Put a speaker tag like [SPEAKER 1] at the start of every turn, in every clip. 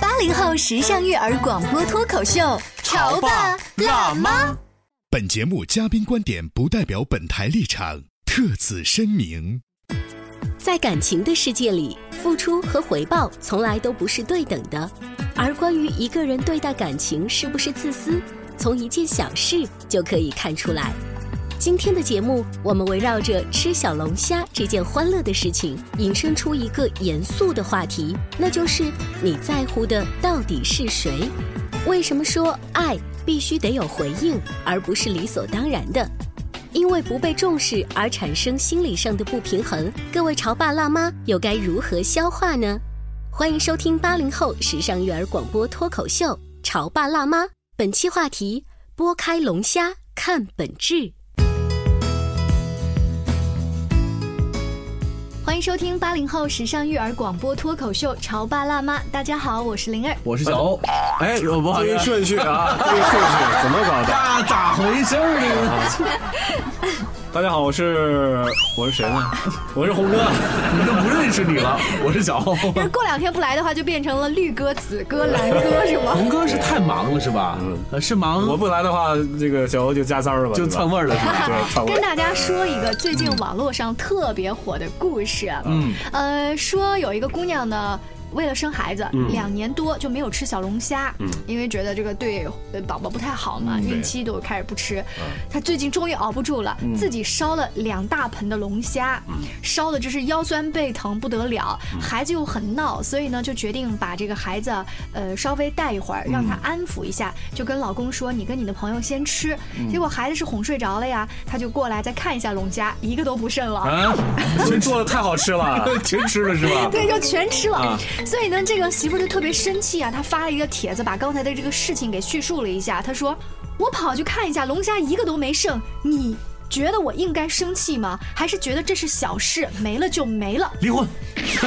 [SPEAKER 1] 八零后时尚育儿广播脱口秀，潮爸辣妈。
[SPEAKER 2] 本节目嘉宾观点不代表本台立场，特此声明。
[SPEAKER 3] 在感情的世界里，付出和回报从来都不是对等的。而关于一个人对待感情是不是自私，从一件小事就可以看出来。今天的节目，我们围绕着吃小龙虾这件欢乐的事情，引申出一个严肃的话题，那就是你在乎的到底是谁？为什么说爱必须得有回应，而不是理所当然的？因为不被重视而产生心理上的不平衡，各位潮爸辣妈又该如何消化呢？欢迎收听八零后时尚育儿广播脱口秀《潮爸辣妈》，本期话题：剥开龙虾看本质。
[SPEAKER 1] 欢迎收听八零后时尚育儿广播脱口秀《潮爸辣妈》。大家好，我是灵儿。
[SPEAKER 4] 我是小欧。哎，我不好意
[SPEAKER 5] 这个
[SPEAKER 4] 思，
[SPEAKER 5] 顺序 啊，这个顺序怎么搞的？
[SPEAKER 4] 啊，咋回事儿呢？
[SPEAKER 5] 大家好，我是我是谁呢？我是红哥。
[SPEAKER 4] 你都不认识你了，我是小欧。
[SPEAKER 6] 就是过两天不来的话，就变成了绿哥、紫哥、蓝哥，是吗？
[SPEAKER 4] 红哥是太忙了是吧？呃是忙，
[SPEAKER 5] 嗯我不来的话，这个小欧就加三儿吧，
[SPEAKER 4] 就
[SPEAKER 5] 对吧
[SPEAKER 4] 窜味儿了是吧？
[SPEAKER 5] 对，篡位
[SPEAKER 6] 跟。大家说一个最近网络上特别火的故事啊，
[SPEAKER 4] 嗯，
[SPEAKER 6] 呃，说有一个姑娘呢。为了生孩子，
[SPEAKER 5] 嗯
[SPEAKER 6] 两年多就没有吃小龙虾，因为觉得这个对呃宝宝不太好嘛，
[SPEAKER 5] 嗯对嗯
[SPEAKER 6] 孕期都开始不吃。她最近终于熬不住了，自己烧了两大盆的龙虾，
[SPEAKER 5] 嗯
[SPEAKER 6] 烧的就是腰酸背疼不得了，孩子又很闹，所以呢就决定把这个孩子呃稍微带一会
[SPEAKER 5] 嗯
[SPEAKER 6] 儿，让他安抚一下，就跟老公说你跟你的朋友先吃。
[SPEAKER 5] 嗯
[SPEAKER 6] 结果孩子是哄睡着了呀，她就过来再看一下龙虾，一个都不剩了。
[SPEAKER 4] 啊，
[SPEAKER 5] 这做的太好吃了，
[SPEAKER 4] 全吃了是 吧？
[SPEAKER 6] 对，就全吃了。
[SPEAKER 4] 啊
[SPEAKER 6] 所以呢，这个媳妇儿就特别生气啊，她发了一个帖子，把刚才的这个事情给叙述了一下。她说：“我跑去看一下，龙虾一个都没剩，你觉得我应该生气吗？还是觉得这是小事，没了就没了？”
[SPEAKER 4] 离婚，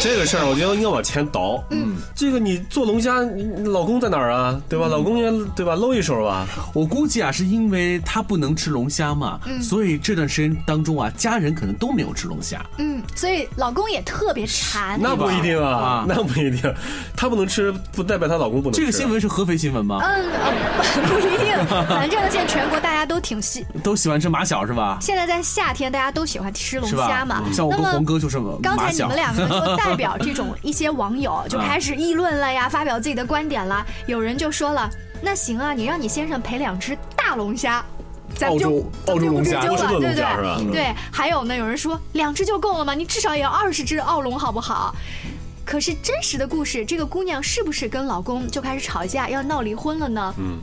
[SPEAKER 5] 这个事儿我觉得应该往前倒。嗯，这个你做龙虾，你你老公在哪儿啊？对吧？老公也对吧？搂一手吧。
[SPEAKER 4] 嗯我估计啊，是因为他不能吃龙虾嘛，
[SPEAKER 5] 嗯
[SPEAKER 4] 所以这段时间当中啊，家人可能都没有吃龙虾。
[SPEAKER 6] 嗯，所以老公也特别馋。
[SPEAKER 5] 那不一定啊
[SPEAKER 4] 啊，
[SPEAKER 5] 那不一定，她不能吃，不代表她老公不能吃。
[SPEAKER 4] 这个新闻是合肥新闻
[SPEAKER 5] 啊
[SPEAKER 4] 吗？
[SPEAKER 6] 嗯，呃不不一定，反正现在全国大家都挺喜，
[SPEAKER 4] 都喜欢吃马小是吧？
[SPEAKER 6] 现在在夏天大家都喜欢吃龙
[SPEAKER 4] 是吧
[SPEAKER 6] 虾嘛。
[SPEAKER 5] 嗯
[SPEAKER 4] 像我
[SPEAKER 6] 那
[SPEAKER 4] 跟
[SPEAKER 6] 么
[SPEAKER 4] 红哥就是马
[SPEAKER 6] 刚才你
[SPEAKER 4] 小
[SPEAKER 6] 们两个都代表这 种一些网友就
[SPEAKER 5] 啊
[SPEAKER 6] 开始议论了呀，发表自己的观点啦。有人就说了，那行啊，你让你先生赔两只大龙虾。咱们就
[SPEAKER 5] 澳洲
[SPEAKER 6] 咱们就不
[SPEAKER 5] 澳洲龙
[SPEAKER 6] 追
[SPEAKER 5] 虾
[SPEAKER 6] 究
[SPEAKER 5] 不是
[SPEAKER 6] 了，
[SPEAKER 5] 各
[SPEAKER 6] 对
[SPEAKER 5] 种
[SPEAKER 6] 不
[SPEAKER 5] 虾是吧嗯
[SPEAKER 6] 对？对，还有呢，有人说两只就够了吗？你至少也要二十只澳龙，好不好？可是真实的故事，这个姑娘是不是跟老公就开始吵架，要闹离婚了呢？
[SPEAKER 5] 嗯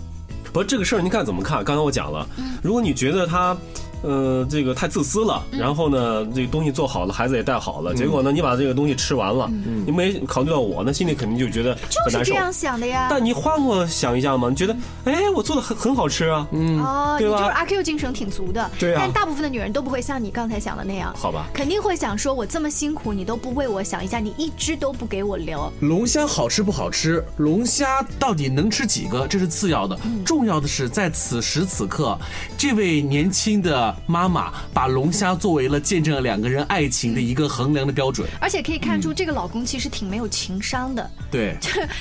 [SPEAKER 5] 不，这个事儿您看怎么看？刚才我讲了，
[SPEAKER 6] 嗯
[SPEAKER 5] 如果你觉得他，呃，这个太自私了，
[SPEAKER 6] 嗯
[SPEAKER 5] 然后呢，这个东西做好了，孩子也带好了，结果呢，你把这个东西吃完了，你没考虑到我，那心里肯定就觉得
[SPEAKER 6] 就
[SPEAKER 5] 很
[SPEAKER 6] 是
[SPEAKER 5] 难
[SPEAKER 6] 这
[SPEAKER 5] 受。
[SPEAKER 6] 样想的呀。
[SPEAKER 5] 但你换过想一下吗？你觉得，哎，我做的很很好吃啊，
[SPEAKER 6] 哦，你
[SPEAKER 5] 对
[SPEAKER 6] 就
[SPEAKER 5] 吧
[SPEAKER 6] 是阿 Q 精神挺足的，
[SPEAKER 5] 对啊
[SPEAKER 6] 但大部分的女人都不会像你刚才想的那样，
[SPEAKER 5] 好吧？
[SPEAKER 6] 肯定会想说，我这么辛苦，你都不为我想一下，你一只都不给我留。
[SPEAKER 4] 龙虾好吃不好吃，龙虾到底能吃几个，这是次要的，重要的是在此时此刻，这位年轻的妈妈把龙虾作为了见证两个人爱情的一个衡量的标准。
[SPEAKER 6] 而且可以看
[SPEAKER 5] 嗯
[SPEAKER 6] 出，这个老公其实挺没有情商的，
[SPEAKER 4] 对，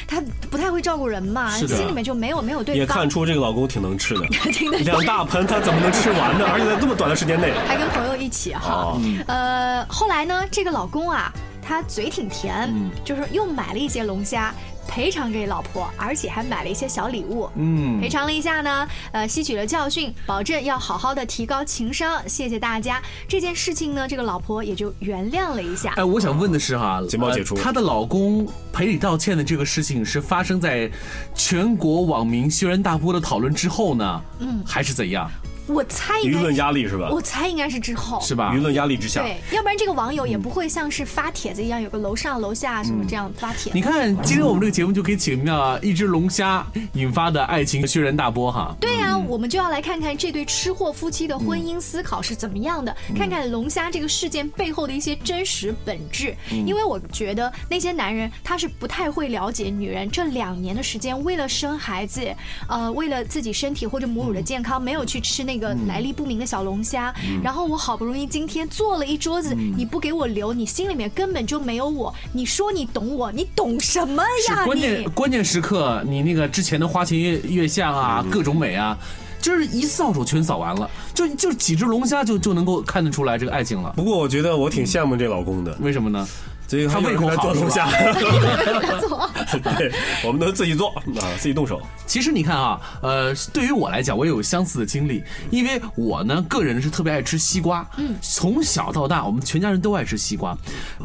[SPEAKER 6] 他不太会照顾人嘛，
[SPEAKER 4] 是的
[SPEAKER 6] 心里面就没有没有对
[SPEAKER 5] 也
[SPEAKER 6] 方
[SPEAKER 5] 看。出这个老公挺能吃 的，
[SPEAKER 6] 挺能
[SPEAKER 5] 两大盆他怎么能吃完呢？而且在这么短的时 间内，
[SPEAKER 6] 还跟朋友一起哈
[SPEAKER 5] 哦，
[SPEAKER 6] 啊呃，后来呢，这个老公啊，他嘴挺甜，就是又买了一些龙虾，赔偿给老婆，而且还买了一些小礼物。
[SPEAKER 4] 嗯
[SPEAKER 6] 赔偿了一下呢，呃，吸取了教训，保证要好好的提高情商。谢谢大家，这件事情呢，这个老婆也就原谅了一下。
[SPEAKER 4] 哎，我想问的是哈，
[SPEAKER 5] 警报解除
[SPEAKER 4] 呃她的老公赔礼道歉的这个事情是发生在全国网民轩然大波的讨论之后呢，嗯，还是怎样，
[SPEAKER 6] 我猜应
[SPEAKER 5] 舆
[SPEAKER 6] 该
[SPEAKER 5] 论
[SPEAKER 6] 是，
[SPEAKER 5] 压力是吧？
[SPEAKER 6] 我猜应该是之后。
[SPEAKER 4] 是吧
[SPEAKER 5] 舆？论压力之下，
[SPEAKER 6] 对，要不然这个网友也不会像是发帖子一样，有个楼上楼下什么这样发帖。
[SPEAKER 4] 你看，今天我们这个节目就可以请名叫“一只龙虾引发的爱情轩然大波”哈。
[SPEAKER 6] 对呀、我们就要来看看这对吃货夫妻的婚
[SPEAKER 4] 嗯
[SPEAKER 6] 姻思考是怎么样的，看看龙虾这个事件背后的一些真实本质。
[SPEAKER 4] 嗯
[SPEAKER 6] 因为我觉得那些男人他是不太会了解女人这两年的时间，为了生孩子，呃，为了自己身体或者母乳的健康，没有去吃那个
[SPEAKER 4] 嗯
[SPEAKER 6] 来历不明的小龙虾。然后我好不容易今天做了一桌子，
[SPEAKER 4] 嗯
[SPEAKER 6] 你不给我留，你心里面根本就没有我。你说你懂我，你懂什么
[SPEAKER 4] 是
[SPEAKER 6] 呀？
[SPEAKER 4] 关
[SPEAKER 6] 你
[SPEAKER 4] 键关键时刻，你那个之前的花前月月下啊，各种美啊，就是一扫帚全扫完了，就就几只龙虾就就能够看得出来这个爱情了。
[SPEAKER 5] 不过我觉得我挺羡慕这老公的，
[SPEAKER 4] 为什么呢？
[SPEAKER 5] 这个
[SPEAKER 4] 他胃口
[SPEAKER 5] 有人给
[SPEAKER 4] 好
[SPEAKER 5] 做
[SPEAKER 4] 是吧
[SPEAKER 5] 龙虾，
[SPEAKER 6] 做。
[SPEAKER 5] 对，我们都自己做啊，自己动手。
[SPEAKER 4] 其实你看啊，呃，对于我来讲，我也有相似的经历，因为我呢，个人是特别爱吃西瓜。嗯，从小到大，我们全家人都爱吃西瓜。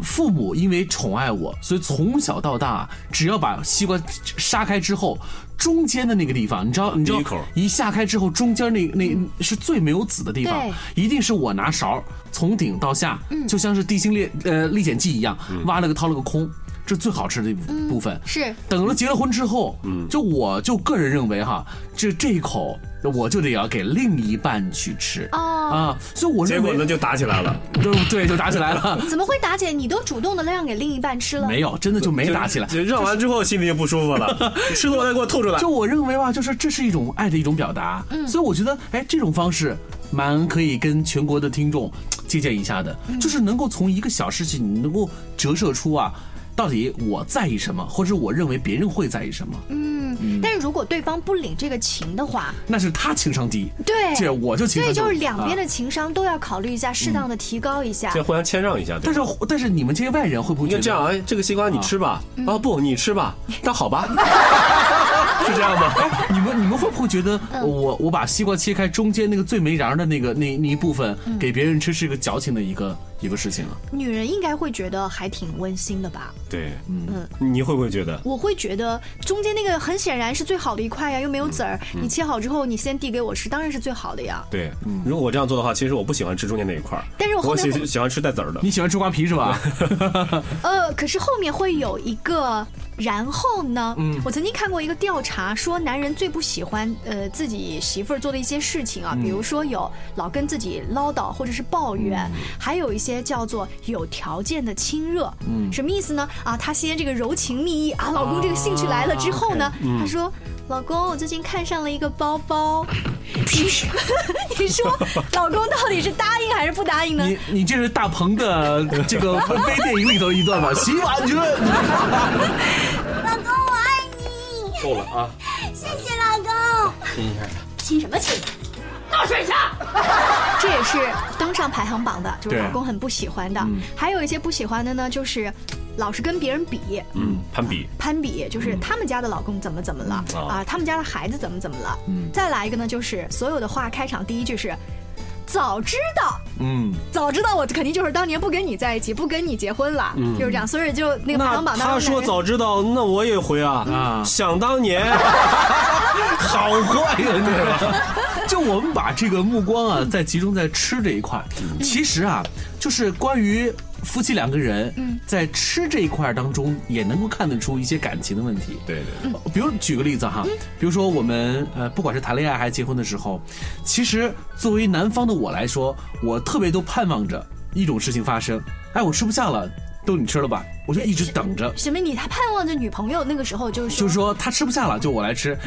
[SPEAKER 4] 父母因为宠爱我，所以从小到大，只要把西瓜杀开之后，中间的那个地方，你知道，你知道
[SPEAKER 5] 第一口，
[SPEAKER 4] 一下开之后，中间那那是最没有籽的地方
[SPEAKER 6] 对，
[SPEAKER 4] 一定是我拿勺从顶到下，
[SPEAKER 5] 嗯
[SPEAKER 4] 就像是地心历呃历险记一样，挖了个掏了个空，这是最好吃的一部
[SPEAKER 5] 嗯
[SPEAKER 4] 部分。
[SPEAKER 6] 是
[SPEAKER 4] 等了结了婚之后，就我就个人认为哈，这这一口我就得要给另一半去吃
[SPEAKER 6] 哦，
[SPEAKER 4] 啊，所以我
[SPEAKER 5] 结
[SPEAKER 4] 认
[SPEAKER 5] 果
[SPEAKER 4] 为
[SPEAKER 5] 呢就打起来了，
[SPEAKER 4] 对对就打起来了，
[SPEAKER 6] 怎么会打起来？你都主动的让给另一半吃了，
[SPEAKER 4] 没有真的就没打起来。
[SPEAKER 5] 就让完之后心里就不舒服了，你吃多了再给我吐出来
[SPEAKER 4] 就。我认为吧，就是这是一种爱的一种表达，
[SPEAKER 6] 嗯
[SPEAKER 4] 所以我觉得哎，这种方式蛮可以跟全国的听众借鉴一下的，
[SPEAKER 6] 嗯
[SPEAKER 4] 就是能够从一个小事情，你能够折射出啊。到底我在意什么，或者我认为别人会在意什么，
[SPEAKER 6] 嗯，但是如果对方不领这个情的话，
[SPEAKER 4] 那是他情商低，
[SPEAKER 6] 对，
[SPEAKER 4] 这我就情
[SPEAKER 6] 所
[SPEAKER 4] 商
[SPEAKER 6] 以就是
[SPEAKER 4] 低
[SPEAKER 6] 两
[SPEAKER 4] 啊
[SPEAKER 6] 边的情商都要考虑一下，适当的提高一下
[SPEAKER 5] 先。互相谦让一下，对
[SPEAKER 4] 但
[SPEAKER 5] 吧。
[SPEAKER 4] 是但是你们这些外人会不会
[SPEAKER 5] 你
[SPEAKER 4] 觉得
[SPEAKER 5] 看这样，哎，这个西瓜你吃吧，啊不，你吃吧，那好吧，是这样吗？
[SPEAKER 4] 哎 你们你们会不会觉得我我把西瓜切开中间那个最没瓤儿的那个那那一部分给别人吃是一个矫情的一个一个事情
[SPEAKER 5] 嗯
[SPEAKER 4] 啊？
[SPEAKER 6] 女人应该会觉得还挺温馨的吧？
[SPEAKER 5] 对，嗯，你会不会觉得？
[SPEAKER 6] 我会觉得中间那个很显然是最好的一块呀，又没有籽儿，你切好之后你先递给我吃，当然是最好的呀。
[SPEAKER 5] 对，如果我这样做的话，其实我不喜欢吃中间那一块儿，
[SPEAKER 6] 但是我后
[SPEAKER 5] 我
[SPEAKER 6] 面
[SPEAKER 5] 喜
[SPEAKER 6] 会
[SPEAKER 5] 喜欢吃带籽儿的。
[SPEAKER 4] 你喜欢吃瓜皮是吧？
[SPEAKER 6] 呃，可是后面会有一个，然后呢？我曾经看过一个调查，说男人最不喜欢呃自己媳妇儿做的一些事情啊，比如说有老跟自己唠叨或者是抱怨，还有一些叫做有条件的亲热。嗯，什么意思呢？啊，她先这个柔情蜜意啊，老公这个兴趣来了之后呢，她、说。老公，我最近看上了一个包包， 你你说老公到底是答应还是不答应呢？
[SPEAKER 4] 你你这是大鹏的这 个微电影里头一段吧？洗碗去了。
[SPEAKER 7] 老公，我爱你。够了啊！谢谢老公。亲什么亲？
[SPEAKER 6] 这也是登上排行榜的，就是
[SPEAKER 4] 对
[SPEAKER 6] 老公很不喜欢的。还有一些不喜欢的呢，就是老是跟别人比。
[SPEAKER 5] 嗯，攀比，
[SPEAKER 6] 攀比就是他们家的老公怎么怎么了、
[SPEAKER 5] 哦
[SPEAKER 6] 啊，他们家的孩子怎么怎么了。再来一个呢，就是所有的话开场第一句是，早知道，
[SPEAKER 4] 嗯，
[SPEAKER 6] 早知道我肯定就是当年不跟你在一起，不跟你结婚了，就是这样。所以就那个排行榜当中，
[SPEAKER 5] 他说早知道，那我也回啊
[SPEAKER 4] 啊。
[SPEAKER 5] 想当年，
[SPEAKER 4] 好坏呀、你知道吗？就我们把这个目光啊，再集中在吃这一块。其实啊，就是关于夫妻两个人在吃这一块当中，也能够看得出一些感情的问题。
[SPEAKER 5] 对对，
[SPEAKER 4] 比如举个例子哈，比如说我们呃，不管是谈恋爱还是结婚的时候，其实作为男方的我来说，我特别都盼望着一种事情发生。哎，我吃不下了，都你吃了吧，我就一直等着。
[SPEAKER 6] 什么你还盼望着女朋友那个时候就是
[SPEAKER 4] 就是说他吃不下了，就我来吃。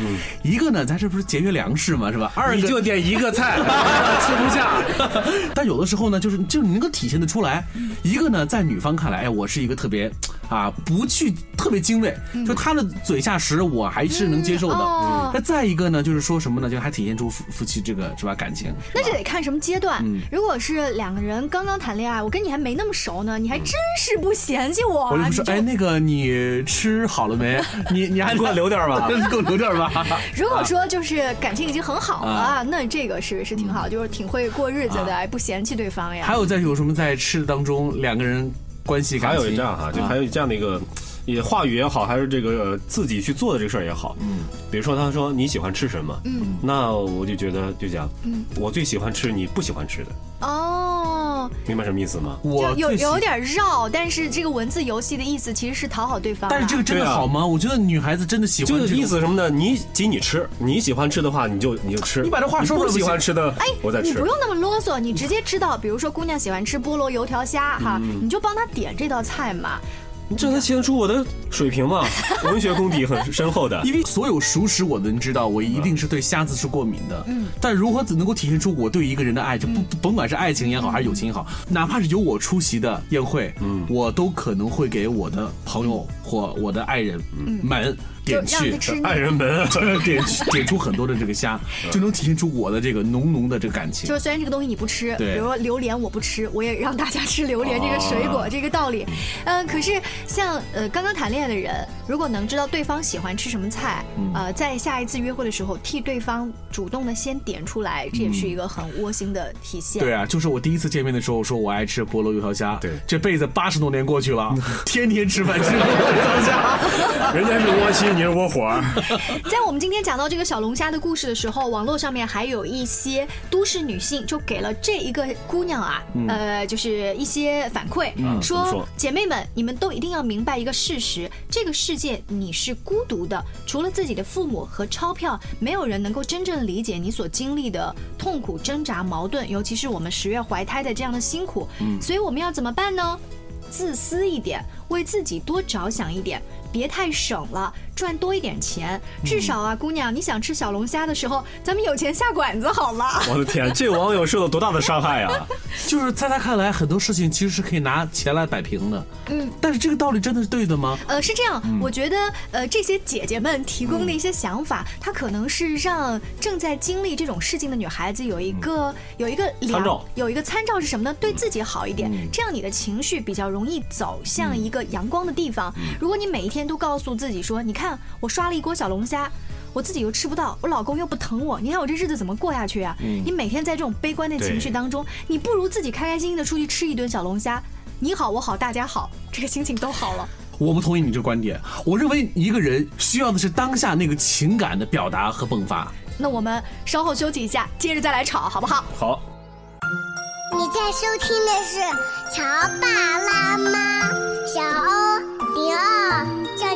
[SPEAKER 4] 一个呢，咱这不是节约粮食嘛，是吧？二
[SPEAKER 5] 嗯你
[SPEAKER 4] 个
[SPEAKER 5] 就点一个菜，吃不下。
[SPEAKER 4] 但有的时候呢，就是就是你能够体现得出来，一个呢，在女方看来，哎，我是一个特别啊，不去特别精锐，就他的嘴下食我还是能接受的。
[SPEAKER 6] 嗯
[SPEAKER 4] 嗯
[SPEAKER 6] 哦
[SPEAKER 4] 那再一个呢，就是说什么呢？就还体现出夫夫妻这个是吧感情。
[SPEAKER 6] 那这得看什么阶段
[SPEAKER 4] 嗯。
[SPEAKER 6] 如果是两个人刚刚谈恋爱，我跟你还没那么熟呢，你还真是不嫌弃我啊，
[SPEAKER 4] 嗯我就
[SPEAKER 6] 你
[SPEAKER 4] 不说，
[SPEAKER 6] 就
[SPEAKER 4] 哎，那个你吃好了没？你你还
[SPEAKER 5] 给我留点吧
[SPEAKER 4] 给我留点吧。
[SPEAKER 6] 如果说就是感情已经很好了，
[SPEAKER 4] 哎啊嗯
[SPEAKER 6] 那这个是是挺好，就是挺会过日子的，哎不嫌弃对方呀。
[SPEAKER 4] 还有在有什么在吃的当中两个人关系感
[SPEAKER 5] 还
[SPEAKER 4] 情
[SPEAKER 5] 有这样哈，就啊还有这样的一个，也话语也好，还是这个呃自己去做的这个事儿也好，嗯，比如说他说你喜欢吃什么，
[SPEAKER 6] 嗯，
[SPEAKER 5] 那我就觉得就讲，
[SPEAKER 6] 嗯
[SPEAKER 5] 我最喜欢吃你不喜欢吃的，
[SPEAKER 6] 哦，
[SPEAKER 5] 明白什么意思吗？
[SPEAKER 4] 我
[SPEAKER 6] 就有
[SPEAKER 4] 最喜
[SPEAKER 6] 有点绕，但是这个文字游戏的意思其实是讨好对方吧。
[SPEAKER 4] 但是这个真的
[SPEAKER 5] 对啊
[SPEAKER 4] 好吗？我觉得女孩子真的喜欢
[SPEAKER 5] 就
[SPEAKER 4] 这
[SPEAKER 5] 是
[SPEAKER 4] 种
[SPEAKER 5] 意思是什么呢？你仅你吃，你喜欢吃的话，你就你就吃。
[SPEAKER 4] 你把这话说出来
[SPEAKER 5] 不喜欢
[SPEAKER 4] 不行
[SPEAKER 5] 吃的，我再
[SPEAKER 6] 你
[SPEAKER 5] 吃。
[SPEAKER 6] 不用那么啰嗦，你直接知道，比如说姑娘喜欢吃菠萝油条虾哈，
[SPEAKER 4] 嗯
[SPEAKER 6] 你就帮她点这道菜嘛。
[SPEAKER 5] 你这能体现出我的水平吗？文学功底很深厚的。
[SPEAKER 4] 因为所有熟识我的人知道，我一定是对虾子是过敏的。
[SPEAKER 6] 嗯，
[SPEAKER 4] 但如何能够体现出我对一个人的爱，就不甭管是爱情也好，还是友情也好，哪怕是有我出席的宴会，
[SPEAKER 5] 嗯
[SPEAKER 4] 我都可能会给我的朋友或我的爱人们点
[SPEAKER 6] 嗯就让
[SPEAKER 4] 去
[SPEAKER 6] 他吃
[SPEAKER 5] 嗯 爱人们，啊 嗯
[SPEAKER 4] 点去点出很多的这个虾，就能体现出我的这个浓浓的这个感情
[SPEAKER 6] 就。是虽然这个东西你不吃，比
[SPEAKER 4] 对哦
[SPEAKER 6] 如说榴莲我不吃，我也让大家吃榴莲这个水果、这个道理。嗯、可是像呃刚刚谈恋爱的人，如果能知道对方喜欢吃什么菜，
[SPEAKER 4] 嗯
[SPEAKER 6] 呃，在下一次约会的时候替对方主动的先点出来，这也是一个很窝心的体现。
[SPEAKER 4] 嗯对啊，就是我第一次见面的时候，说我爱吃菠萝油条虾。
[SPEAKER 5] 对
[SPEAKER 4] 这辈子八十多年过去 了，天天吃饭吃菠萝油条虾。
[SPEAKER 5] 人家是窝心，你是窝火啊儿。
[SPEAKER 6] 在我们今天讲到这个小龙虾的故事的时候，网络上面还有一些都市女性就给了这一个姑娘啊，呃，就是一些反馈，
[SPEAKER 5] 嗯怎么
[SPEAKER 6] 说
[SPEAKER 5] 说
[SPEAKER 6] 姐妹们，你们都一定要明白一个事实：这个世界你是孤独的，除了自己的父母和钞票，没有人能够真正理解你所经历的痛苦、挣扎、矛盾，尤其是我们十月怀胎的这样的辛苦。
[SPEAKER 5] 嗯
[SPEAKER 6] 所以我们要怎么办呢？自私一点，为自己多着想一点，别太省了，赚多一点钱。至少啊，姑娘，你想吃小龙虾的时候，咱们有钱下馆子好吗？
[SPEAKER 5] 我的天，这网友受了多大的伤害啊！
[SPEAKER 4] 就是在他看来，很多事情其实是可以拿钱来摆平的。
[SPEAKER 6] 嗯，
[SPEAKER 4] 但是这个道理真的是对的吗？
[SPEAKER 6] 呃，是这样，
[SPEAKER 5] 嗯
[SPEAKER 6] 我觉得呃，这些姐姐们提供的一些想法，
[SPEAKER 5] 嗯
[SPEAKER 6] 它可能是让正在经历这种事情的女孩子有一个、有一个
[SPEAKER 5] 嗯参
[SPEAKER 6] 良
[SPEAKER 5] 照，嗯
[SPEAKER 6] 有一个参照是什么呢？对自己好一点，这样你的情绪比较容易走向一个阳光的地方。
[SPEAKER 5] 嗯
[SPEAKER 6] 如果你每一天都告诉自己说，你看我刷了一锅小龙虾。我自己又吃不到，我老公又不疼我，你看我这日子怎么过下去啊？你每天在这种悲观的情绪
[SPEAKER 5] 嗯对
[SPEAKER 6] 当中，你不如自己开开心心的出去吃一顿小龙虾，你好我好大家好，这个心情都好了。
[SPEAKER 4] 我不同意你这个观点。我认为一个人需要的是当下那个情感的表达和迸发。
[SPEAKER 6] 那我们稍后休息一下，接着再来吵，好不好？
[SPEAKER 5] 好，
[SPEAKER 7] 你在收听的是《潮爸辣妈》，小欧零二，叫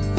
[SPEAKER 3] “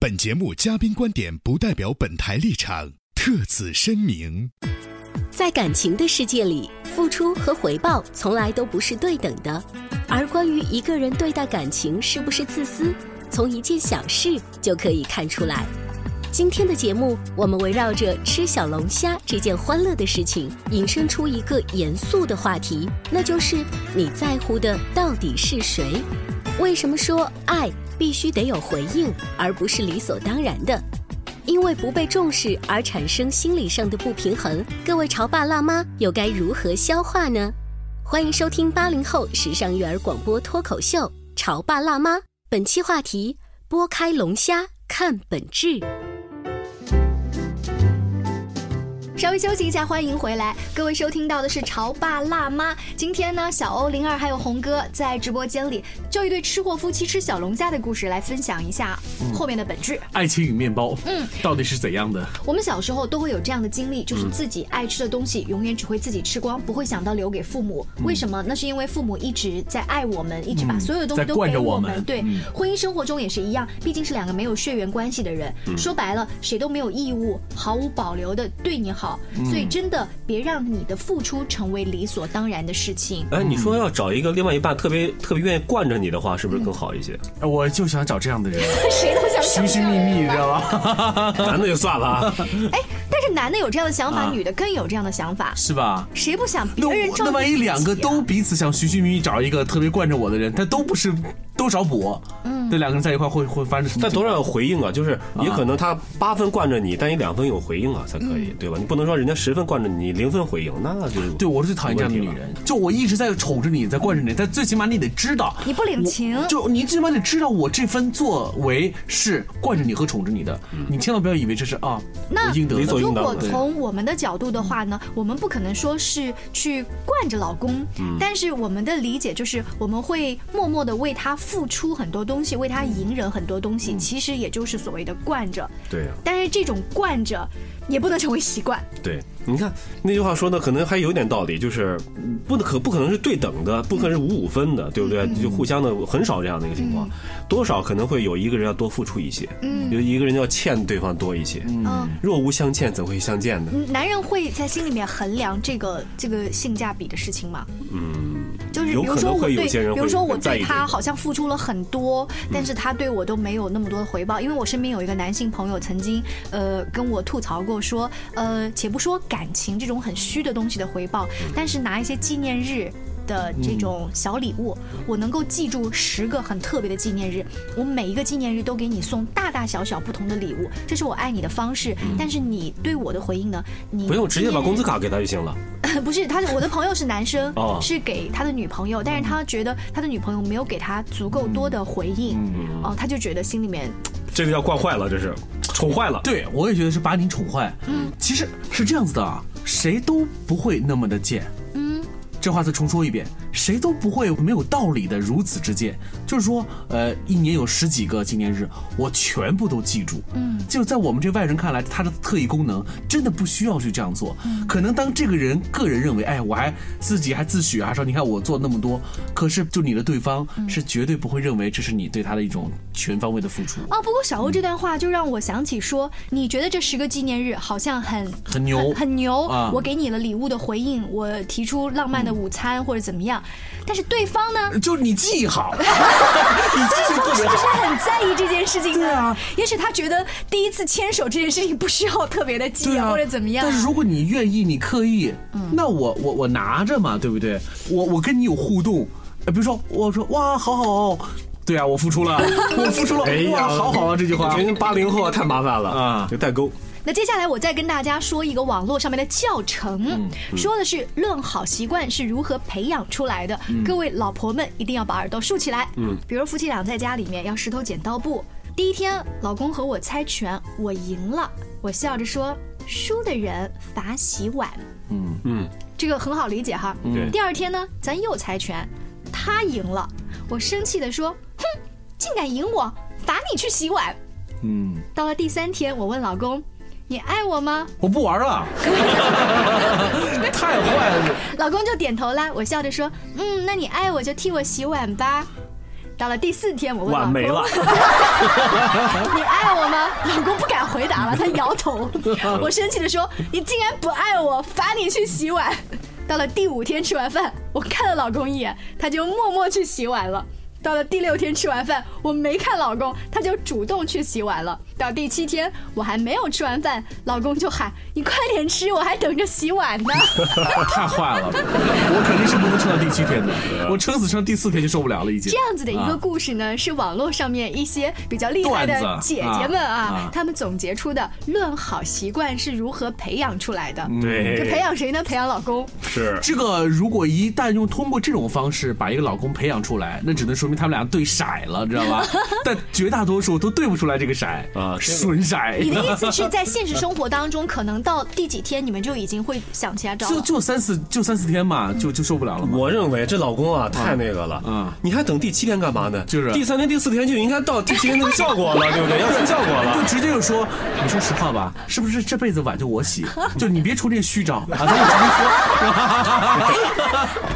[SPEAKER 2] 本节目嘉宾观点不代表本台立场，特此声明。
[SPEAKER 3] 在感情的世界里，付出和回报从来都不是对等的。而关于一个人对待感情是不是自私，从一件小事就可以看出来。今天的节目，我们围绕着吃小龙虾这件欢乐的事情，引申出一个严肃的话题，那就是你在乎的到底是谁？为什么说爱必须得有回应，而不是理所当然的？因为不被重视而产生心理上的不平衡，各位潮爸辣妈又该如何消化呢？欢迎收听八零后时尚育儿广播脱口秀《潮爸辣妈》，本期话题：剥开龙虾看本质。
[SPEAKER 6] 稍微休息一下，欢迎回来。各位收听到的是《潮爸辣妈》，今天呢，小欧、灵儿还有红哥在直播间里就一对吃货夫妻吃小龙虾的故事来分享一下后面的本质。
[SPEAKER 4] 爱情与面包，
[SPEAKER 6] 嗯
[SPEAKER 4] 嗯，到底是怎样的？
[SPEAKER 6] 我们小时候都会有这样的经历，
[SPEAKER 4] 嗯
[SPEAKER 6] 就是自己爱吃的东西永远只会自己吃光，不会想到留给父母。为什么？那是因为父母一直在爱我们，一直把
[SPEAKER 4] 嗯
[SPEAKER 6] 所有的东西
[SPEAKER 4] 在
[SPEAKER 6] 都
[SPEAKER 4] 惯
[SPEAKER 6] 给
[SPEAKER 4] 着我
[SPEAKER 6] 们。
[SPEAKER 4] 们
[SPEAKER 6] 对
[SPEAKER 4] 嗯，
[SPEAKER 6] 婚姻生活中也是一样，毕竟是两个没有血缘关系的人，
[SPEAKER 4] 嗯
[SPEAKER 6] 说白了，谁都没有义务毫无保留的对你好。
[SPEAKER 5] 嗯
[SPEAKER 6] 所以真的别让你的付出成为理所当然的事 情。
[SPEAKER 5] 哎，你说要找一个另外一半特别特别愿意惯着你的话，是不是更好一些？
[SPEAKER 8] 嗯
[SPEAKER 4] 哎我就想找这样 的人，
[SPEAKER 6] 谁都想
[SPEAKER 4] 寻寻觅觅，你知道 吧？
[SPEAKER 5] 男的就算了啊，
[SPEAKER 6] 但是男的有这样的想法，
[SPEAKER 4] 啊
[SPEAKER 6] 女的更有这样的想法，
[SPEAKER 4] 是吧？
[SPEAKER 6] 谁不想别人照顾
[SPEAKER 4] 那万一
[SPEAKER 6] 自己
[SPEAKER 4] 两个
[SPEAKER 6] 啊
[SPEAKER 4] 都彼此想寻寻觅觅找一个特别惯着我的人，他都不是都找补，
[SPEAKER 6] 嗯
[SPEAKER 4] 这两个人在一块会会发生什么？
[SPEAKER 5] 但多少有回应啊，就是也可能他八分惯着你，但你两分有回应啊才可
[SPEAKER 8] 嗯
[SPEAKER 5] 以，对吧？你不能说人家十分惯着你，零分回应，那就
[SPEAKER 4] 对我是最讨厌这样的女人，就我一直在宠着你，在惯着你，但最起码你得知道，
[SPEAKER 6] 你不领情，
[SPEAKER 4] 就你最起码得知道我这番作为是惯着你和宠着你的，你千万不要以为这是啊，
[SPEAKER 6] 那
[SPEAKER 4] 我嗯应得的，
[SPEAKER 6] 如果从我们的角度的话呢，
[SPEAKER 5] 嗯
[SPEAKER 6] 我们不可能说是去惯着老公，
[SPEAKER 4] 嗯
[SPEAKER 6] 但是我们的理解就是我们会默默的为他付出很多东西，为他隐忍很多东西，
[SPEAKER 5] 嗯
[SPEAKER 6] 其实也就是所谓的惯着。
[SPEAKER 5] 对啊呀、
[SPEAKER 6] 但是这种惯着也不能成为习惯。
[SPEAKER 5] 对，你看那句话说的可能还有点道理，就是嗯不能可不可能是对等的，不可能是五五分的，对不
[SPEAKER 6] 嗯
[SPEAKER 5] 对？就互相的很少这样的一个情况，多少可能会有一个人要多付出一些，
[SPEAKER 6] 嗯
[SPEAKER 5] 有一个人要欠对方多一些。
[SPEAKER 6] 嗯
[SPEAKER 5] 若无相欠，怎会相见呢？
[SPEAKER 6] 嗯男人会在心里面衡量这个这个性价比的事情吗？
[SPEAKER 5] 嗯，
[SPEAKER 6] 就是
[SPEAKER 5] 有
[SPEAKER 6] 比如
[SPEAKER 5] 可
[SPEAKER 6] 说
[SPEAKER 5] 能
[SPEAKER 6] 我
[SPEAKER 5] 会
[SPEAKER 6] 对，
[SPEAKER 5] 有些人会
[SPEAKER 6] 比如说我
[SPEAKER 5] 在
[SPEAKER 6] 对
[SPEAKER 5] 意
[SPEAKER 6] 他好像付出了很多，
[SPEAKER 5] 嗯
[SPEAKER 6] 但是他对我都没有那么多的回报。因为我身边有一个男性朋友曾经呃跟我吐槽过说，呃，且不说感情这种很虚的东西的回报，
[SPEAKER 5] 嗯
[SPEAKER 6] 但是拿一些纪念日。的这种小礼物，
[SPEAKER 5] 嗯
[SPEAKER 6] 我能够记住十个很特别的纪念日，我每一个纪念日都给你送大大小小不同的礼物，这是我爱你的方式。但是你对我的回应呢？你
[SPEAKER 5] 嗯不用直接把工
[SPEAKER 6] 资。
[SPEAKER 5] 资卡给他就行了。
[SPEAKER 6] 不是，他是我的朋友是男生，
[SPEAKER 5] 哦
[SPEAKER 6] 是给他的女朋友，但是他觉得他的女朋友没有给他足够多的回应，
[SPEAKER 5] 嗯
[SPEAKER 6] 哦，他就觉得心里面
[SPEAKER 5] 这个叫惯坏了，这是宠坏了。
[SPEAKER 4] 对我也觉得是把你宠坏。
[SPEAKER 6] 嗯
[SPEAKER 4] 其实是这样子的啊，谁都不会那么的贱。
[SPEAKER 6] 嗯，
[SPEAKER 4] 这话再重说一遍，谁都不会没有道理的如此之贱。就是说，呃，一年有十几个纪念日，我全部都记住。
[SPEAKER 9] 嗯
[SPEAKER 4] 就在我们这外人看来，他的特异功能真的不需要去这样做。
[SPEAKER 9] 嗯
[SPEAKER 4] 可能当这个人个人认为，哎，我还自己还自诩还说，你看我做那么多，可是就你的对方是绝对不会认为这是你对他的一种全方位的付出。
[SPEAKER 6] 哦。不过小欧这段话就让我想起说，你觉得这十个纪念日好像很
[SPEAKER 4] 很牛
[SPEAKER 6] 很很牛、
[SPEAKER 4] 啊
[SPEAKER 6] 我给你了礼物的回应，我提出浪漫的午餐或者怎么样，但是对方 呢？
[SPEAKER 4] 就是你记 忆好，你
[SPEAKER 6] 对
[SPEAKER 4] 记性
[SPEAKER 6] 方
[SPEAKER 4] 特
[SPEAKER 6] 是
[SPEAKER 4] 别
[SPEAKER 6] 不是
[SPEAKER 4] 好。
[SPEAKER 6] 很在意这件事情呢？对啊，也许他觉得第一次牵手这件事情不需要特别的记
[SPEAKER 4] 对
[SPEAKER 6] 啊
[SPEAKER 4] 啊，
[SPEAKER 6] 或者怎么样。
[SPEAKER 4] 但是如果你愿意，你刻意，那我我我拿着嘛，对不对？我我跟你有互动，呃，比如说我说哇，好好哦，对啊，我 付出了，我付出了，
[SPEAKER 5] 哎呀
[SPEAKER 4] 哇，好好啊，这句话
[SPEAKER 5] 我。
[SPEAKER 6] 哎
[SPEAKER 5] 觉得八零后啊太麻烦了啊，有代沟。
[SPEAKER 6] 那接下来我再跟大家说一个网络上面的教程，
[SPEAKER 5] 嗯
[SPEAKER 6] 说的是论好习惯是如何培养出来的。
[SPEAKER 5] 嗯
[SPEAKER 6] 各位老婆们一定要把耳朵竖起来。
[SPEAKER 5] 嗯
[SPEAKER 6] 比如夫妻俩在家里面要石头剪刀布，第一天老公和我猜拳，我赢了，我笑着说输的人罚洗碗，
[SPEAKER 4] 嗯
[SPEAKER 5] 嗯，
[SPEAKER 6] 这个很好理解哈。
[SPEAKER 5] 嗯对
[SPEAKER 6] 第二天呢，咱又猜拳，他赢了，我生气的说，哼，竟敢赢我，罚你去洗碗。
[SPEAKER 4] 嗯，
[SPEAKER 6] 到了第三天，我问老公：“你爱我吗
[SPEAKER 4] 我不玩 了，太坏了。？”
[SPEAKER 6] 老公就点头啦。我笑着说：“嗯，那你爱我就替我洗碗吧。”到了第四天，我问老
[SPEAKER 5] 碗
[SPEAKER 6] 公：“
[SPEAKER 5] 没了。
[SPEAKER 6] 你爱我吗？”老公不敢回答了，他摇头 我生气的说：“你竟然不爱我，罚你去洗碗。”到了第五天吃完饭，我看了老公一眼，他就默默去洗碗了。到了第六天吃完饭，我没看老公，他就主动去洗碗了。到第七天，我还没有吃完饭，老公就喊：“你快点吃，我还等着洗碗呢。
[SPEAKER 4] 太坏了，我肯定是不能撑到第七天的，我撑死撑第四天就受不了了，”已经。
[SPEAKER 6] 这样子的一个
[SPEAKER 4] 啊
[SPEAKER 6] 故事呢，是网络上面一些比较厉害的
[SPEAKER 4] 段子
[SPEAKER 6] 姐姐们
[SPEAKER 4] 啊
[SPEAKER 6] 啊
[SPEAKER 4] 啊，
[SPEAKER 6] 她们总结出的论好习惯是如何培养出来的。
[SPEAKER 4] 对
[SPEAKER 6] 就培养谁呢？培养 老公。
[SPEAKER 5] 是
[SPEAKER 4] 这个，如果一旦用通过这种方式把一个老公培养出来，那只能说明他们俩对色了，知道 吧？但绝大多数都对不出来这个色啊，损色。
[SPEAKER 6] 你的意思是在现实生活当中，可能到第几天你们就已经会想起来找
[SPEAKER 4] 就
[SPEAKER 6] 了？
[SPEAKER 4] 就三四就三四天嘛，就就受不了了嘛。
[SPEAKER 5] 我认为这老公啊太那个了，嗯，你还等第七天干嘛呢？就是第三天、第四天就应该到第七天那个效果 了，对不对？要出效果了，
[SPEAKER 4] 就直接就说，你说实话吧，是不是这辈子碗就我 洗？就你别出这虚招啊！咱 们直接说。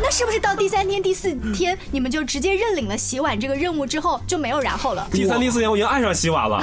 [SPEAKER 6] 那是不是到第三天、第四天，你们就直接认领了洗碗这个任务之后，就没有然后了？
[SPEAKER 5] 第三、第四天我已经爱上洗碗了。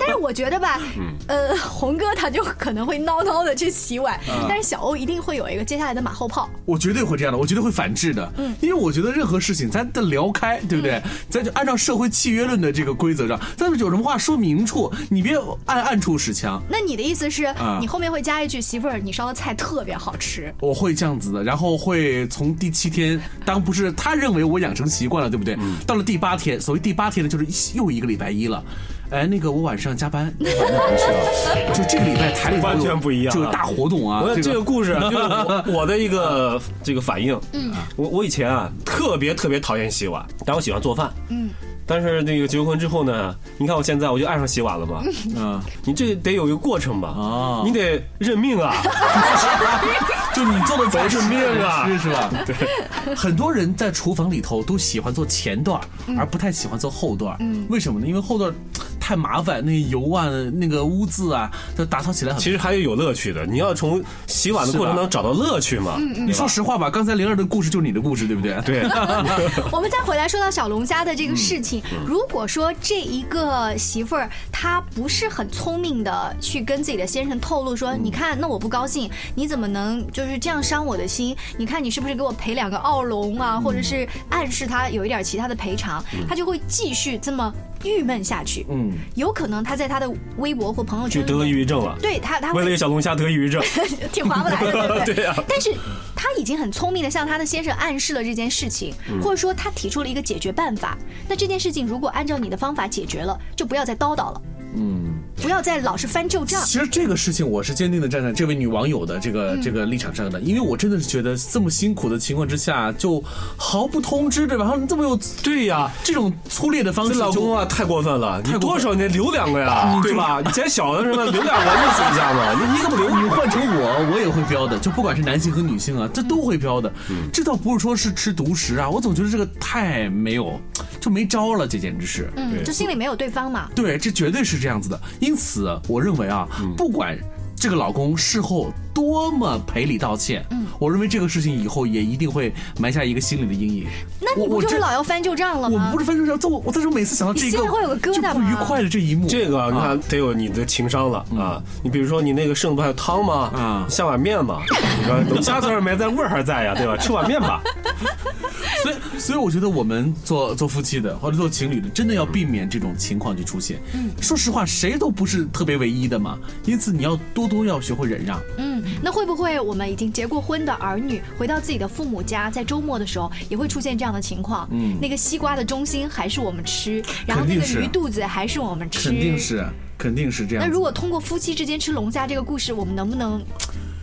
[SPEAKER 6] 但是我觉得吧，
[SPEAKER 4] 嗯
[SPEAKER 6] 呃，红哥他就可能会孬孬的去洗碗，
[SPEAKER 4] 嗯
[SPEAKER 6] 但是小欧一定会有一个接下来的马后炮。
[SPEAKER 4] 我绝对会这样的，我绝对会反制的。嗯，因为我觉得任何事情咱得聊开，对不对？咱就按照社会契约论的这个规则上，咱们有什么话说明处，你别按暗处使枪。
[SPEAKER 6] 那你的意思是，
[SPEAKER 4] 啊
[SPEAKER 6] 你后面会加一句媳妇儿，你烧的菜特别好吃。
[SPEAKER 4] 我会这样子的，然后会从第七天，当不是他认为我养成习惯了，对不对？
[SPEAKER 5] 嗯
[SPEAKER 4] 到了第八天，所谓第八天呢，就是又一个礼拜一了。哎，那个我晚上加班，晚上回去了。就这个礼拜台里头
[SPEAKER 5] 完全不 一样啊，
[SPEAKER 4] 就有大活动啊。
[SPEAKER 5] 我这
[SPEAKER 4] 个
[SPEAKER 5] 个故事 就是我我的一个这个反应。
[SPEAKER 4] 嗯
[SPEAKER 5] 我我以前啊特别特别讨厌洗碗，但我喜欢做饭。
[SPEAKER 6] 嗯，
[SPEAKER 5] 但是这个结婚之后呢，你看我现在我就爱上洗碗了吧？
[SPEAKER 4] 嗯，
[SPEAKER 5] 你这得有一个过程吧？
[SPEAKER 4] 啊，
[SPEAKER 5] 你得认命 啊！
[SPEAKER 4] 就你做的
[SPEAKER 5] 贼是命啊，
[SPEAKER 4] 是是吧？对，很多人在厨房里头都喜欢做前段儿，而不太喜欢做后段儿。
[SPEAKER 5] 嗯
[SPEAKER 4] 为什么呢？因为后段儿太麻烦，那油啊，那个污渍啊，它打扫起来很。
[SPEAKER 5] 其实还是有乐趣的，你要从洗碗的过程当中找到乐趣嘛。
[SPEAKER 6] 嗯嗯
[SPEAKER 4] 你说实话吧，刚才灵儿的故事就是你的故事，对不对？
[SPEAKER 5] 对
[SPEAKER 6] 我们再回来说到小龙虾的这个事情，
[SPEAKER 5] 嗯
[SPEAKER 6] 如果说这一个媳妇儿她不是很聪明的去跟自己的先生透露说，你看，那我不高兴，你怎么能就是这样伤我的心？你看你是不是给我赔两个澳龙啊，或者是暗示他有一点其他的赔偿，他就会继续这么郁闷下去。
[SPEAKER 5] 嗯，
[SPEAKER 6] 有可能他在他的微博或朋友圈
[SPEAKER 5] 就得抑郁症了
[SPEAKER 6] 对他， 他
[SPEAKER 5] 为
[SPEAKER 6] 会
[SPEAKER 5] 了一个小龙虾得抑郁症，
[SPEAKER 6] 挺划不来的，对不对？
[SPEAKER 5] 对啊
[SPEAKER 6] 但是他已经很聪明的向他的先生暗示了这件事情，
[SPEAKER 5] 嗯
[SPEAKER 6] 或者说他提出了一个解决办法。那这件事情如果按照你的方法解决了，就不要再叨叨了，
[SPEAKER 4] 嗯。
[SPEAKER 6] 不要再老是翻旧账。
[SPEAKER 4] 其实这个事情，我是坚定的站在这位女网友的这个、这个立场上的，因为我真的是觉得这么辛苦的情况之下，就毫不通知，对吧？然后这么有
[SPEAKER 5] 对呀、
[SPEAKER 4] 这种粗劣的方式
[SPEAKER 5] 这
[SPEAKER 4] 就，
[SPEAKER 5] 老公啊太过分了，你
[SPEAKER 4] 太过
[SPEAKER 5] 多
[SPEAKER 4] 分嗯
[SPEAKER 5] 少你得留两个呀，对吧？你捡小的 时候留两个认识一下嘛，你一个不留，
[SPEAKER 4] 你换成我，我也会标的，就不管是男性和女性啊，这都会标的。
[SPEAKER 5] 嗯
[SPEAKER 4] 这倒不是说是吃独食啊，我总觉得这个太没有，就没招了，这简直是。
[SPEAKER 6] 嗯，就心里没有对方嘛。
[SPEAKER 4] 对，这绝对是这样子的。因此，我认为啊，
[SPEAKER 6] 嗯
[SPEAKER 4] 不管这个老公事后多么赔礼道歉，
[SPEAKER 6] 嗯
[SPEAKER 4] 我认为这个事情以后也一定会埋下一个心理的阴影。
[SPEAKER 6] 那你
[SPEAKER 4] 我
[SPEAKER 6] 不
[SPEAKER 4] 我
[SPEAKER 6] 就是
[SPEAKER 4] 这
[SPEAKER 6] 老要翻旧账了
[SPEAKER 4] 我
[SPEAKER 6] 吗？
[SPEAKER 4] 不是翻身上，这我我但是我每次想到这
[SPEAKER 6] 你
[SPEAKER 4] 一
[SPEAKER 6] 心
[SPEAKER 4] 个
[SPEAKER 6] 里会有个疙瘩吗？
[SPEAKER 4] 的这一幕，
[SPEAKER 5] 这个你看得有你的情商了啊！你比如说你那个剩的不还有汤吗？啊，下碗面嘛，你说龙虾在这儿没，但味儿还在呀，对吧？吃碗面吧。
[SPEAKER 4] 所以，所以我觉得我们做做夫妻的或者做情侣的，真的要避免这种情况去出现。
[SPEAKER 6] 嗯
[SPEAKER 4] 说实话，谁都不是特别唯一的嘛，因此你要多多要学会忍让。
[SPEAKER 6] 嗯，那会不会我们已经结过婚的儿女回到自己的父母家，在周末的时候也会出现这样的情况？
[SPEAKER 4] 嗯
[SPEAKER 6] 那个西瓜的中心还是我们吃，然后那
[SPEAKER 4] 肯
[SPEAKER 6] 个
[SPEAKER 4] 定是
[SPEAKER 6] 鱼肚子还是我们吃，
[SPEAKER 4] 肯定是，肯定是这样
[SPEAKER 6] 那
[SPEAKER 4] 子。
[SPEAKER 6] 如果通过夫妻之间吃龙虾这个故事，我们能不能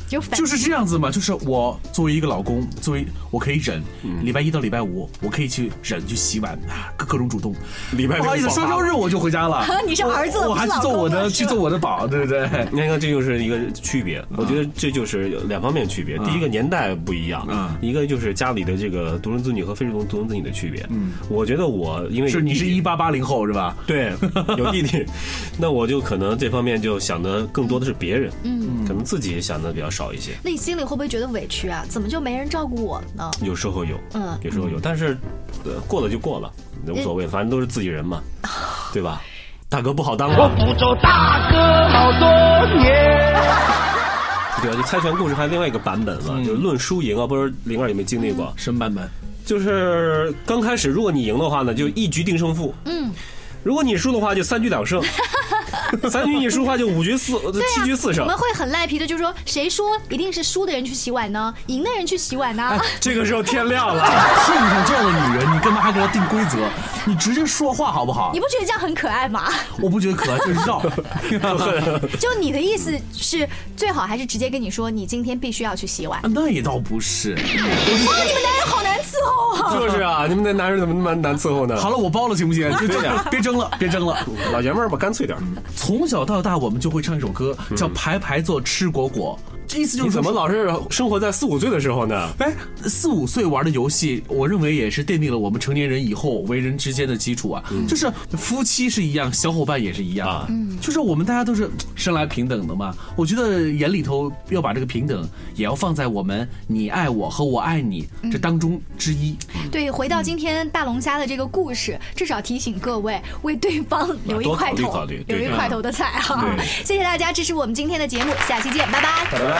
[SPEAKER 6] 有反？。
[SPEAKER 4] 就是这样子嘛，就是我作为一个老公，作为我可以忍，礼拜一到礼拜五我可以去忍去洗碗，啊各各种主动。
[SPEAKER 5] 礼拜六
[SPEAKER 4] 不好意思，
[SPEAKER 5] 爆发
[SPEAKER 4] 双休日我就回家了
[SPEAKER 6] 啊你是儿子
[SPEAKER 4] 我
[SPEAKER 6] 不
[SPEAKER 4] 我
[SPEAKER 6] 是
[SPEAKER 4] 还去
[SPEAKER 6] 老
[SPEAKER 4] 做
[SPEAKER 6] 公啊
[SPEAKER 4] 我的
[SPEAKER 6] 了
[SPEAKER 4] 去做我的宝，对不对？
[SPEAKER 5] 你看，这就是一个区别。我觉得这就是两方面区别。第一个年代不一样，一个就是家里的这个独生子女和非独生子女的区别。嗯，我觉得我因为
[SPEAKER 4] 是你是
[SPEAKER 5] 一
[SPEAKER 4] 八八零后是吧？
[SPEAKER 5] 对，有 弟弟，那我就可能这方面就想的更多的是别人，
[SPEAKER 6] 嗯
[SPEAKER 5] 可能自己想的比较少一些。
[SPEAKER 6] 那你心里会不会觉得委屈啊？怎么就没人照顾我呢？
[SPEAKER 5] 有时候有，
[SPEAKER 6] 嗯
[SPEAKER 5] 有时候有，但是，呃，过了就过了，无所谓，反正都是自己人嘛，
[SPEAKER 6] 啊
[SPEAKER 5] 对吧？大哥不好当啊，我不
[SPEAKER 9] 做大哥好多年。
[SPEAKER 5] 对啊，这猜拳故事还有另外一个版本嘛，
[SPEAKER 6] 嗯
[SPEAKER 5] 就是论输赢啊，不知道灵儿有没有经历过？
[SPEAKER 4] 什么版本？
[SPEAKER 5] 就是刚开始，如果你赢的话呢，就一局定胜负；
[SPEAKER 6] 嗯，
[SPEAKER 5] 如果你输的话，就三局 两胜；三局你输的话，就五局四
[SPEAKER 6] 对啊，
[SPEAKER 5] 七局四胜
[SPEAKER 6] 我。们会很赖皮的，就说谁说一定是输的人去洗碗呢？赢的人去洗碗呢？啊
[SPEAKER 4] 哎
[SPEAKER 5] 哎这个时候天亮了，
[SPEAKER 4] 是你看这样的女人，你干嘛还给她定规则？你直接说话好不好
[SPEAKER 6] 你？不觉得这样很可爱吗？
[SPEAKER 4] 我不觉得可爱，就是 绕。
[SPEAKER 6] 就你的意思是，最好还是直 接跟你说，你今天必须要去洗碗。哎
[SPEAKER 4] 那也倒不是，
[SPEAKER 6] 哇，你们男人好难伺候
[SPEAKER 10] 啊！
[SPEAKER 5] 就是啊，你们那男人怎么那么难伺候呢？
[SPEAKER 4] 好了，我包了，行不 行？就这
[SPEAKER 5] 对
[SPEAKER 4] 样
[SPEAKER 5] 呀，
[SPEAKER 4] 别争了，别争了。
[SPEAKER 5] 老爷们儿吧，干脆点儿。
[SPEAKER 4] 从小到大，我们就会唱一首歌，叫《排排坐吃果果》。这意思就是
[SPEAKER 5] 嗯你怎
[SPEAKER 4] 说
[SPEAKER 5] 么老是生活在四五岁的时候呢？
[SPEAKER 4] 哎，四五岁玩的游戏，我认为也是奠定了我们成年人以后为人之间的基础啊。
[SPEAKER 5] 嗯
[SPEAKER 4] 就是夫妻是一样，小伙伴也是一样啊。就是我们大家都是生来平等的嘛。我觉得眼里头要把这个平等也要放在我们你爱我和我爱你这
[SPEAKER 5] 嗯
[SPEAKER 4] 当中之一。
[SPEAKER 6] 对，回到今天大龙虾的这个故事，至少提醒各位为对方留一
[SPEAKER 4] 啊多
[SPEAKER 6] 块
[SPEAKER 4] 考虑
[SPEAKER 6] 头
[SPEAKER 4] 考虑，
[SPEAKER 6] 留
[SPEAKER 4] 对啊
[SPEAKER 6] 一
[SPEAKER 4] 对
[SPEAKER 6] 块头的菜哈。谢谢大家，这是我们今天的节目，下期见，拜拜。
[SPEAKER 5] 拜拜。